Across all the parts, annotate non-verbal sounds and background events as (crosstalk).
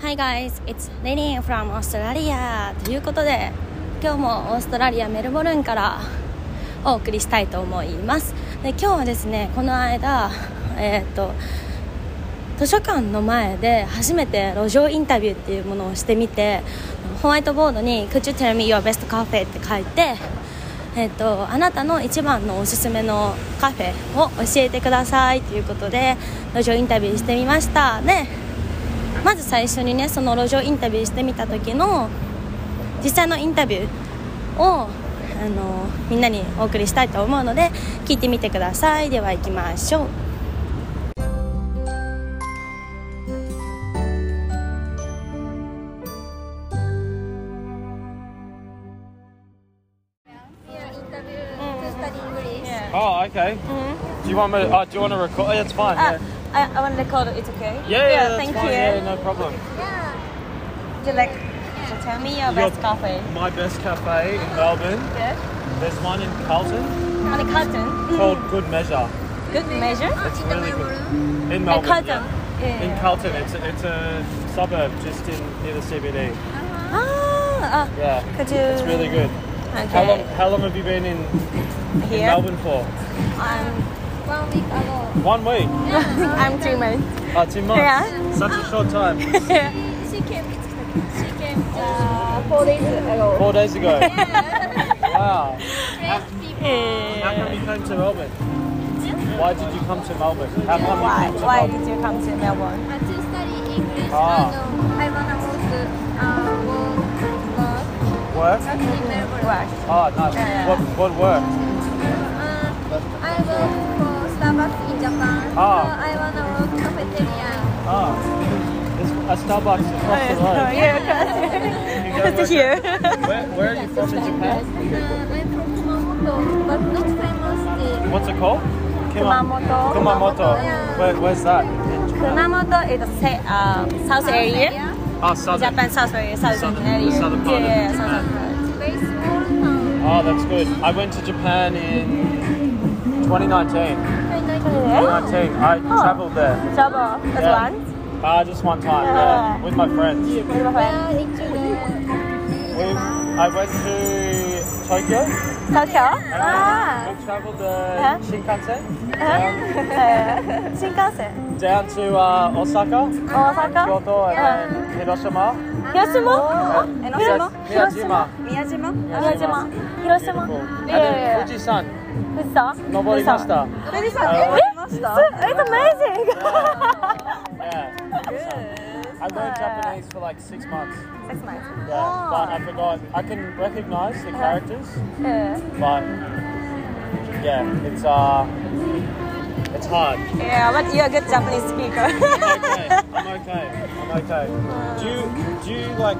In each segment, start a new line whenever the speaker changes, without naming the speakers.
Hi guys, it's Lenny from Australia ということで今日もオーストラリアメルボルンからお送りしたいと思いますで今日はですねこの間、えー、と図書館の前で初めて路上インタビューっていうものをしてみてホワイトボードに「Could you tell me your best cafe?」って書いて、えー、とあなたの一番のおすすめのカフェを教えてくださいということで路上インタビューしてみましたねまず最初にねその路上インタビューしてみた時の実際のインタビューをあのみんなにお送りしたいと思うので聞いてみてくださいでは行きましょう
Yeah, interview to study English.
Oh, okay.
Mm-hmm.
Do you want me? To, oh, do you want to record? That's fine. yeah.
I, I want to record it, okay?
Yeah, yeah, that's
Uh, thank
fine.
you.
Yeah, no problem.
Yeah.
You like, so tell me your
Your-
best cafe.
My best cafe in Melbourne.
Good.
There's one in Carlton
On the curtain.
called Good Measure
Good measure.
It's
in
really
the
good.
Melbourne.
The
in Melbourne.
curtain.
yeah.
Yeah.
In Carlton, it's a, it's a suburb just in near the CBD.
ah, ah,
Yeah,
could you?
it's really good.
Okay.
How long How long have you been in, in
Here,
Melbourne for?
I'm,
One week ago.
One week.
I'm three months.
Oh, two months.
Yeah.
Such a short time.
She came. She came uh, four days ago.
Four days
(laughs)
ago. Wow.
Strange people.
How come you came to Melbourne? Why did you come to Melbourne? How come you
Why?
came to
Why
Melbourne?
did you come to Melbourne?
Uh, to study English.
Ah.
And, uh, I wanna go to uh, work.
Work?
Work in Melbourne.
Work.
Oh, nice.
Yeah.
What, what work?
Uh, I work for Starbucks in Japan.
Ah.
So I wanna work cafeteria.
Oh, there's a Starbucks across the road.
Oh, Yeah.
You
(laughs)
go
Good to
work
hear.
there. Where, where are you from in Japan?
Uh, I'm from Kumamoto, but not famous city.
What's it called? Kuma-
Kumamoto.
Kumamoto.
Yeah.
Where, where's that? In Japan.
Kumamoto is the se- uh, south area.
Oh, southern.
Japan south area, southern
Southern-
area.
southern part of
yeah, yeah,
Japan.
southern part.
It's very small town.
Oh, that's good. I went to Japan in 2019.
I like
Yeah.
19. I
Oh.
travelled there.
Trouble as
Yeah.
one.
Uh, just one time,
Ah.
yeah, with my friends. We,
With my friend.
Well, into the
I went to Tokyo and
Tokyo.
we,
Ah.
we travelled the
Huh?
Shinkansen
Uh, (laughs) Shinkansen.
down to uh, Osaka,
Osaka.
Kyoto, and then Hiroshima.
Hiroshima.
And
And
Miyaj-
Hiroshima.
Miyajima.
Miyajima. Miyajima.
Hiroshima. Beautiful.
Hiroshima.
And
Yeah,
then
yeah,
Fuji-san,
yeah. Who's that?
nobody
Who's
must
that?
Very
Uh,
So- It's amazing.
Yeah. I learned Japanese for like six months.
Six months. Uh-huh.
Yeah. But I forgot. I can recognize the characters,
Yeah.
but yeah, it's uh, it's hard.
Yeah, but you're a good Japanese speaker. (laughs)
I'm okay. I'm okay. I'm okay. Do you do you like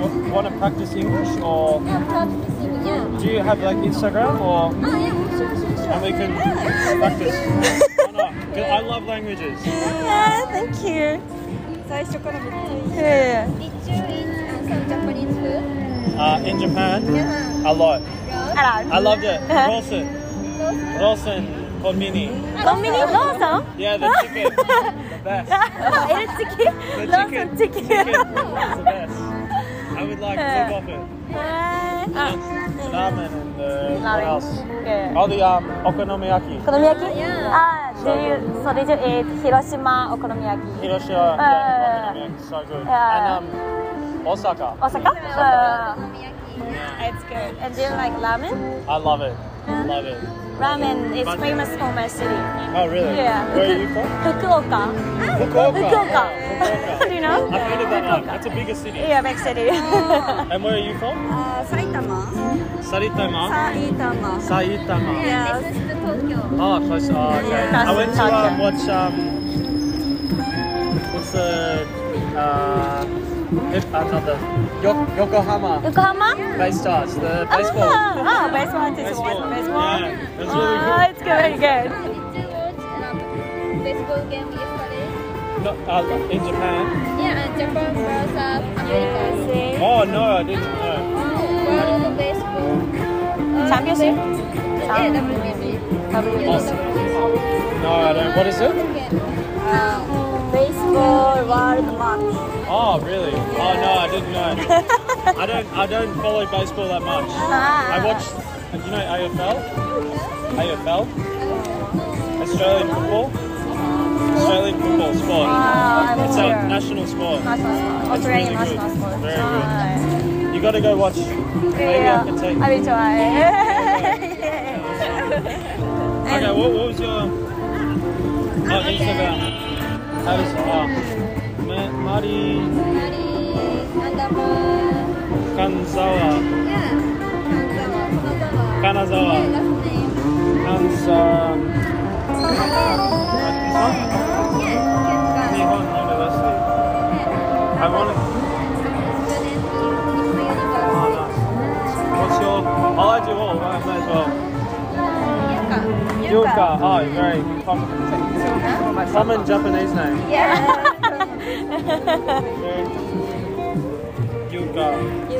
w- want to practice English or
Yeah, practicing, yeah.
do you have like Instagram or
Oh, yeah, sure, sure, sure.
and we can practice? Why not? 'Cause I love languages.
yeah, thank you.
最初からめっちゃいい。
Yeah.
Did you eat some Japanese food?
Uh, in Japan,
Yeah.
Uh-huh.
a lot.
Roast?
Hello.
I
(laughs)
loved it.
Uh-huh.
Rosen. Rosen Konmini.
Konmini (laughs) Lawson.
Yeah, the chicken. the best.
Oh, it's chicken.
The
Lawson chicken.
chicken. chicken. It's the best. I would like to live off it. Ramen and the, what else?
Yeah.
Oh, the um, okonomiyaki.
Okonomiyaki?
Yeah.
Ah, do you, so did you eat Hiroshima okonomiyaki?
Hiroshima.
Uh,
yeah, okonomiyaki. So good.
yeah.
And um, Osaka.
Osaka? Uh,
Okonomiyaki.
it's good. And do you like ramen?
I love it.
Hmm?
Love it.
Ramen is
But-
famous for my city.
Oh, really?
Yeah.
Where are you
(laughs)
from?
Fukuoka.
Fukuoka.
Fukuoka. Do you know?
I've heard of that one. That's a bigger city.
Yeah, big (laughs) city.
And where are you from?
あー埼玉
Saritama.
埼玉
Saitama.
Yeah, this is the Tokyo.
Oh, close. Oh, okay.
Yeah.
I went to
Close
um,
to
watch um, what's the uh, hip, another Yo- Yokohama
Yokohama?
Bay Stars, the baseball.
Ah, ah, baseball. This is
Baseball.
baseball.
Yeah, that's really
Ah, it's good, very good.
Did you watch um, baseball game yesterday?
cool. No, uh, in Japan.
Yeah, and Japan versus America.
Yes.
Oh no, I didn't know.
World baseball. uh,
Championship?
Yeah, WBC. You know
Oh. No, I don't. What is it?
WBC?
あー
baseball world match.
Oh, really? Oh no, I didn't know.
(laughs)
I don't. I don't follow baseball that much.
Ah.
I watch. Do you know AFL? AFL. Australian football. Australian football sport.
Ah, I'm
It's a
sure.
national sport.
National sport.
It's really
Australian
good.
national sport.
Very good.
Right.
You got to go watch. Maybe I can take.
I will try.
Okay, what, what was your? Oh,
Ah,
Instagram. How does uh, Ma- Mari Kanzawa Kanazawa Kansa Nihon University. I want. Oh, nice. What's your? I'll add you all. I might as well. Yuka. Oh, very common. Common Japanese name. (laughs) Okay. Yuka.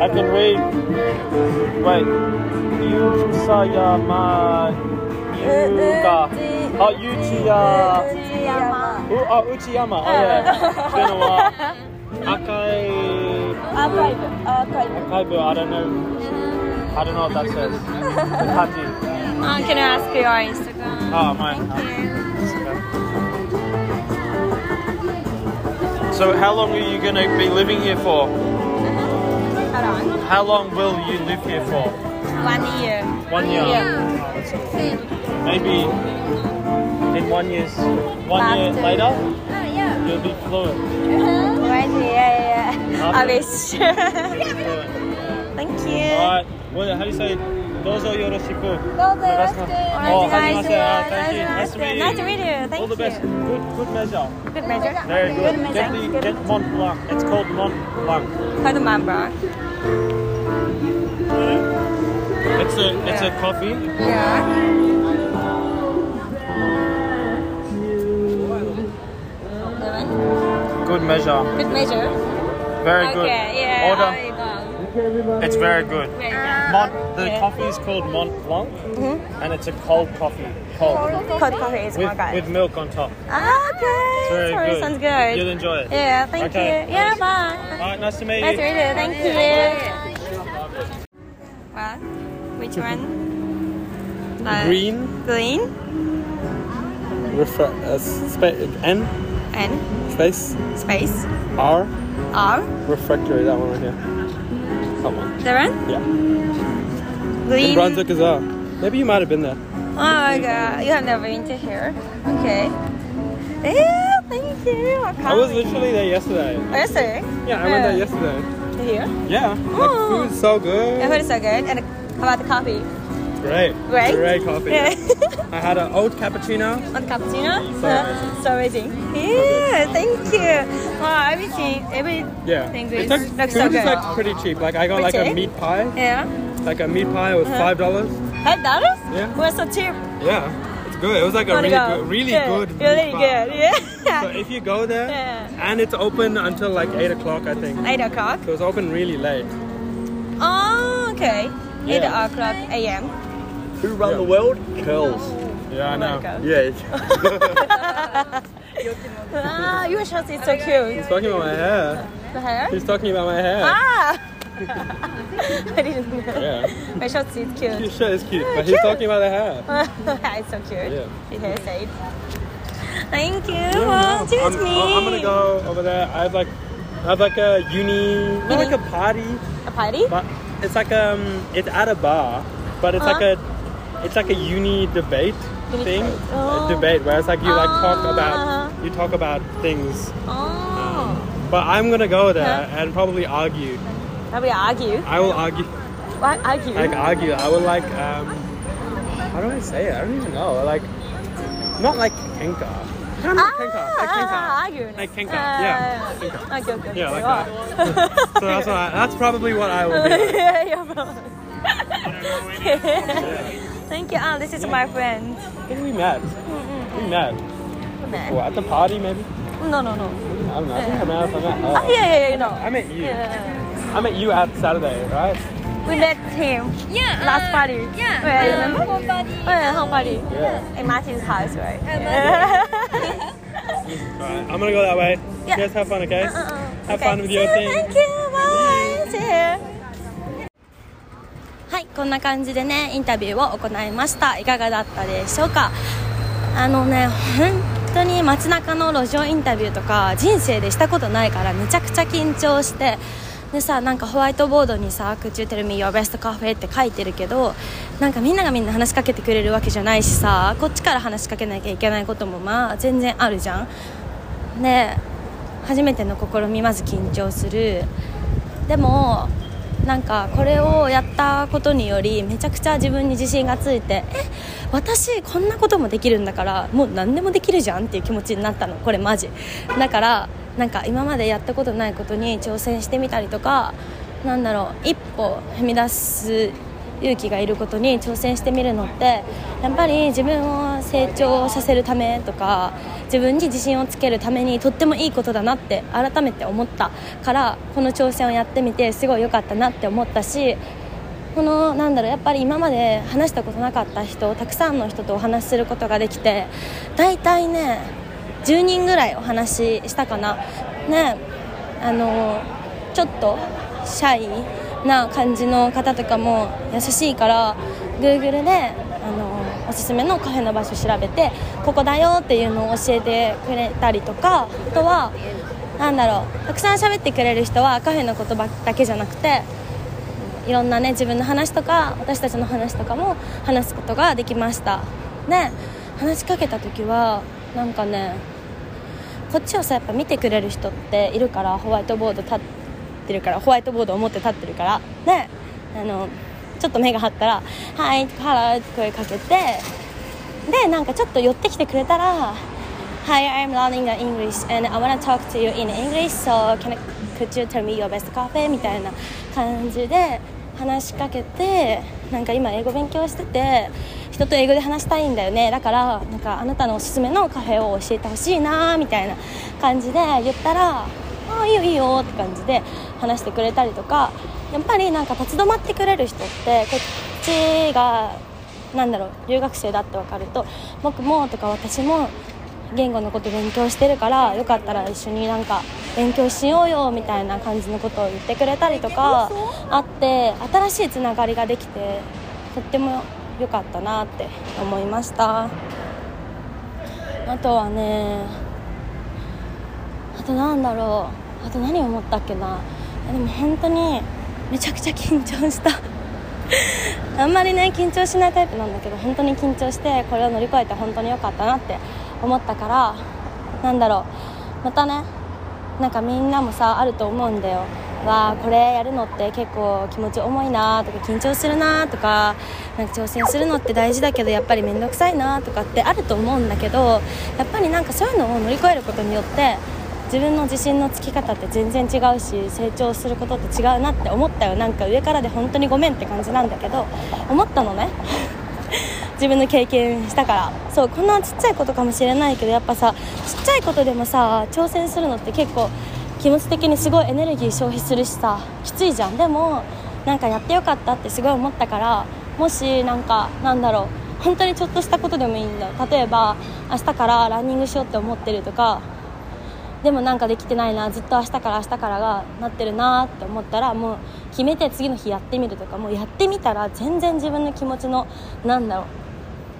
I can read. Wait. Yusayama. Yuka.
Uh,
Oh, Uchiya. U- oh, Uchiyama. Oh, yeah. It's been a while. Akai.
Uh,
Archive. Archive.
Akaibu. I don't know. I don't know what that says. It's Haji.
Ah, Can I ask your Instagram?
Oh, mine. It's okay. So, how long are you going to be living here for?
Around
How long will you live here for?
one year.
One year.
Yeah.
Oh, that's cool. Maybe in one year's one
Back
year
to-
later you'll be fluent.
One year, yeah, yeah. I wish. (laughs)
Fluent.
Thank you.
Alright. Well how do you say dozo yoroshiku?
All
Oh,
right,
hajimase.
guys,
Uh, thank you. Nice to meet you.
Nice to meet you. Thank
All the
you.
best. Good good measure.
Good measure.
Very good.
measure.
Get the get Mont Blanc. It's called Mont Blanc.
Quite a member.
It's a it's a coffee.
Yeah.
Good measure.
Good measure.
Very good.
Okay, yeah.
Order.
I
It's very good.
will. Yeah,
Mont the
Yeah.
coffee is called Mont Blanc and it's a cold coffee. Cold.
yeah. Cold coffee is my
With,
guy.
with milk on top.
Ah, okay.
Very
Sorry,
good.
sounds good.
You'll enjoy it.
Yeah, thank
Okay.
you. Yeah, bye.
Alright, nice to meet you.
Nice to meet you. Thank you. Well, which one? Uh,
Green
Green
refer uh, spa- N
and
space
space
R
R.
refractory. That one right here. Come on.
The one?
Yeah. In
Green.
Brunswick as well. Maybe you might have been there.
Oh my god, you have never been to here. Okay. Yeah, thank you. I, can't
I was
wait.
literally there yesterday.
Oh, yesterday?
Yeah, I went there yesterday.
yesterday. Uh, Here?
Yeah. Like
Oh.
food's so good.
I heard it's so good. And how about the coffee?
Great.
Great?
Great coffee.
(laughs) Yeah.
I had an old cappuccino.
On cappuccino?
So
Uh, so amazing. Yeah, thank you. Wow, everything, every.
Yeah.
Thank
It's
you.
like
Looks
food
so
is
good.
like pretty cheap. Like I got like
Pretty? Uh-huh.
a meat pie.
Yeah.
Like a meat pie was five dollars.
Five dollars?
Yeah.
Was so cheap.
Yeah. It's good. It was like a
Wanna
really
go?
good, really
Yeah,
good.
Really
meat pie.
good.
So
Yeah.
if you go (laughs) there,
Yeah.
and it's open until like eight o'clock, I think.
Eight o'clock.
So it's open really late.
Oh, okay. Eight
Yeah.
o'clock
(laughs)
a.m.
Who run
Yeah.
the world?
Oh.
Curls.
Yeah, I know.
Okay.
Yeah.
Ah, your shirt is so cute.
He's talking about my hair.
The hair?
He's talking about my hair.
Ah! (laughs) I didn't know.
Yeah.
My shorts is
Your
cute.
shirt is cute, but
Cute.
he's talking about the hair.
(laughs) it's so cute.
Yeah.
It has eight. Thank you.
Yeah,
Wow,
no,
cheers
I'm,
me.
I'm gonna go over there. I have like, I have like a uni, not
Uni?
like a party,
A party?
but it's like um, it's at a bar, but it's like a, it's like a uni debate
Uh-huh. Uni
thing,
debate.
A
Oh.
debate where it's like you like talk
Ah.
about, you talk about things.
Oh.
But I'm gonna go there
Huh?
and probably argue.
That we argue.
I will argue,
What argue?
like argue. I will like um, how do I say it? I don't even know. Like, not like kenka. Kind of
ah,
like kenka, like kenka.
ah, argue.
Like kenka, yeah,
Uh, okay, okay.
Yeah, like
that.
So that's what I, that's probably what I will do.
yeah, yeah, bro. (laughs) Thank you. Ah, this is my friend.
I think we met. We met. Well, at the party maybe.
No, no, no.
I don't know. I think I met. I met. her.
Ah, yeah, yeah, yeah, you know.
Oh. I met you.
Yeah.
I met you at Saturday, right?
We met him last party.
uh, yeah,
Wait,
uh,
remember?
homebody.
Yeah, home party.
Yeah.
In Martin's house, right?
Martin's.
Yeah.
Alright, I'm gonna go that way.
Yeah. Uh-uh.
You guys have fun, okay? Have fun with your
Okay.
thing.
Thank you. Bye. See you. はい、こんな感じでね、インタビューを行いました。いかがだったでしょうか。あのね、本当に街中の路上インタビューとか人生でしたことないからめちゃくちゃ緊張して。でさなんかホワイトボードにさ「空中テルミ your best cafe」って書いてるけどなんかみんながみんな話しかけてくれるわけじゃないしさこっちから話しかけなきゃいけないこともまあ全然あるじゃんね初めての試みまず緊張するでもなんかこれをやったことによりめちゃくちゃ自分に自信がついてえ私こんなこともできるんだからもう何でもできるじゃんっていう気持ちになったのこれマジだからなんか今までやったことないことに挑戦してみたりとかなんだろう一歩踏み出す勇気がいることに挑戦してみるのってやっぱり自分を成長させるためとか自分に自信をつけるためにとってもいいことだなって改めて思ったからこの挑戦をやってみてすごい良かったなって思ったしこのなんだろうやっぱり今まで話したことなかった人たくさんの人とお話しすることができて大体ね10人ぐらいお話ししたかなねあのちょっとシャイな感じの方とかも優しいから Google であのおすすめのカフェの場所調べてここだよっていうのを教えてくれたりとかあとはなんだろうたくさん喋ってくれる人はカフェのことばだけじゃなくていろんなね自分の話とか私たちの話とかも話すことができましたで話しかけた時はなんかねこっちをさやっぱ見てくれる人っているからホワイトボード立ってるからホワイトボードを持って立ってるからであのちょっと目が張ったら「はい」「ハロー」って声かけてでなんかちょっと寄ってきてくれたら「Hi, I'm learning English and I wanna talk to you in English so can I, could you tell me your best cafe?」みたいな感じで話しかけてなんか今英語勉強してて人と英語で話したいんだよねだからなんかあなたのおすすめのカフェを教えてほしいなみたいな感じで言ったら「ああいいよいいよ」って感じで話してくれたりとかやっぱりなんか立ち止まってくれる人ってこっちがなんだろう留学生だって分かると「僕も」とか「私も」言語のこと勉強してるからよかったら一緒になんか勉強しようよみたいな感じのことを言ってくれたりとかあって新しいつながりができてとっても良かったなって思いましたあとはねあとなんだろうあと何思ったっけなでも本当にめちゃくちゃ緊張したあんまりね緊張しないタイプなんだけど本当に緊張してこれを乗り越えて本当に良かったなって思ったからなんだろうまたねなんかみんなもさあると思うんだよわあこれやるのって結構気持ち重いなとか緊張するなとかなんか挑戦するのって大事だけどやっぱり面倒くさいなとかってあると思うんだけどやっぱりなんかそういうのを乗り越えることによって自分の自信のつき方って全然違うし成長することって違うなって思ったよなんか上からで本当にごめんって感じなんだけど思ったのね自分の経験したからそうこんなちっちゃいことかもしれないけどやっぱさちっちゃいことでもさ挑戦するのって結構気持ち的にすごいエネルギー消費するしさきついじゃんでもなんかやってよかったってすごい思ったからもしなんかなんだろう本当にちょっとしたことでもいいんだよ例えば明日からランニングしようって思ってるとかでもなんかできてないなずっと明日から明日からがなってるなって思ったらもう決めて次の日やってみるとかもうやってみたら全然自分の気持ちのなんだろう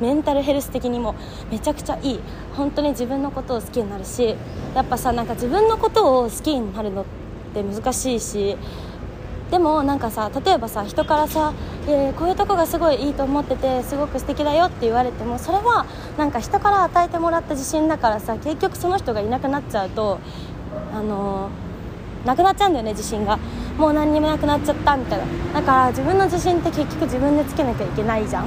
メンタルヘルス的にもめちゃくちゃいい本当に自分のことを好きになるしやっぱさなんか自分のことを好きになるのって難しいしでもなんかさ例えばさ人からさ、えーこういうとこがすごいいいと思っててすごく素敵だよって言われてもそれはなんか人から与えてもらった自信だからさ結局その人がいなくなっちゃうとあのーなくなっちゃうんだよね自信がもう何にもなくなっちゃったみたいなだから自分の自信って結局自分でつけなきゃいけないじゃんっ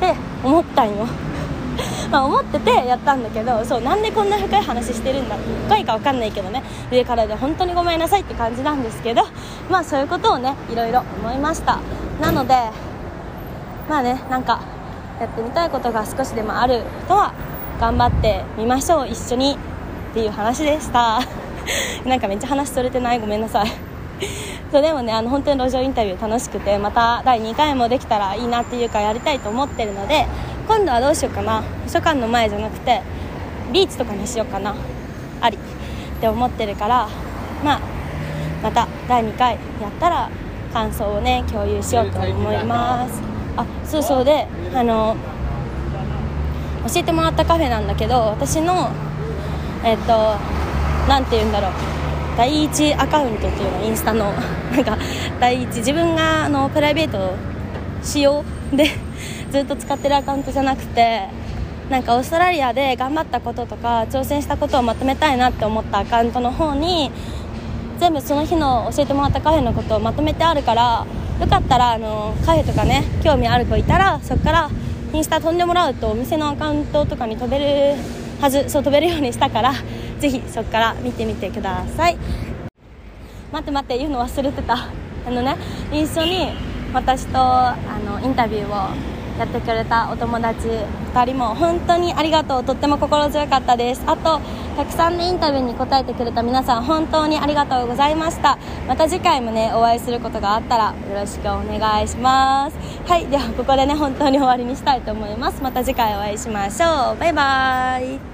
て思ったんよ (laughs) まあ思っててやったんだけどそうなんでこんな深い話してるんだ深いか分かんないけどね上からで本当にごめんなさいって感じなんですけどまあそういうことをねいろいろ思いましたなのでまあねなんかやってみたいことが少しでもある人は頑張ってみましょう一緒にっていう話でした (laughs) なんかめっちゃ話それてないごめんなさいそうでもねあの本当に路上インタビュー楽しくてまた第2回もできたらいいなっていうかやりたいと思ってるので今度はどうしようかな図書館の前じゃなくてビーチとかにしようかなありって思ってるからまあまた第2回やったら感想をね共有しようと思いますあそうそうであの教えてもらったカフェなんだけど私のえっとなんて言うんだろう第一アカウントっていうのインスタの (laughs) なんか第一自分があのプライベート使用で (laughs) ずっと使ってるアカウントじゃなくてなんかオーストラリアで頑張ったこととか挑戦したことをまとめたいなって思ったアカウントの方に全部その日の教えてもらったカフェのことをまとめてあるからよかったらあのカフェとかね興味ある子いたらそこからインスタ飛んでもらうとお店のアカウントとかに飛べるはずそう飛べるようにしたからぜひそこから見てみてください待って待って言うの忘れてた (laughs) あのね一緒に私とあのインタビューをやってくれたお友達2人も本当にありがとうとっても心強かったですあとたくさんのインタビューに答えてくれた皆さん本当にありがとうございましたまた次回もねお会いすることがあったらよろしくお願いしますはいではここでね本当に終わりにしたいと思いますまた次回お会いしましょうバイバイ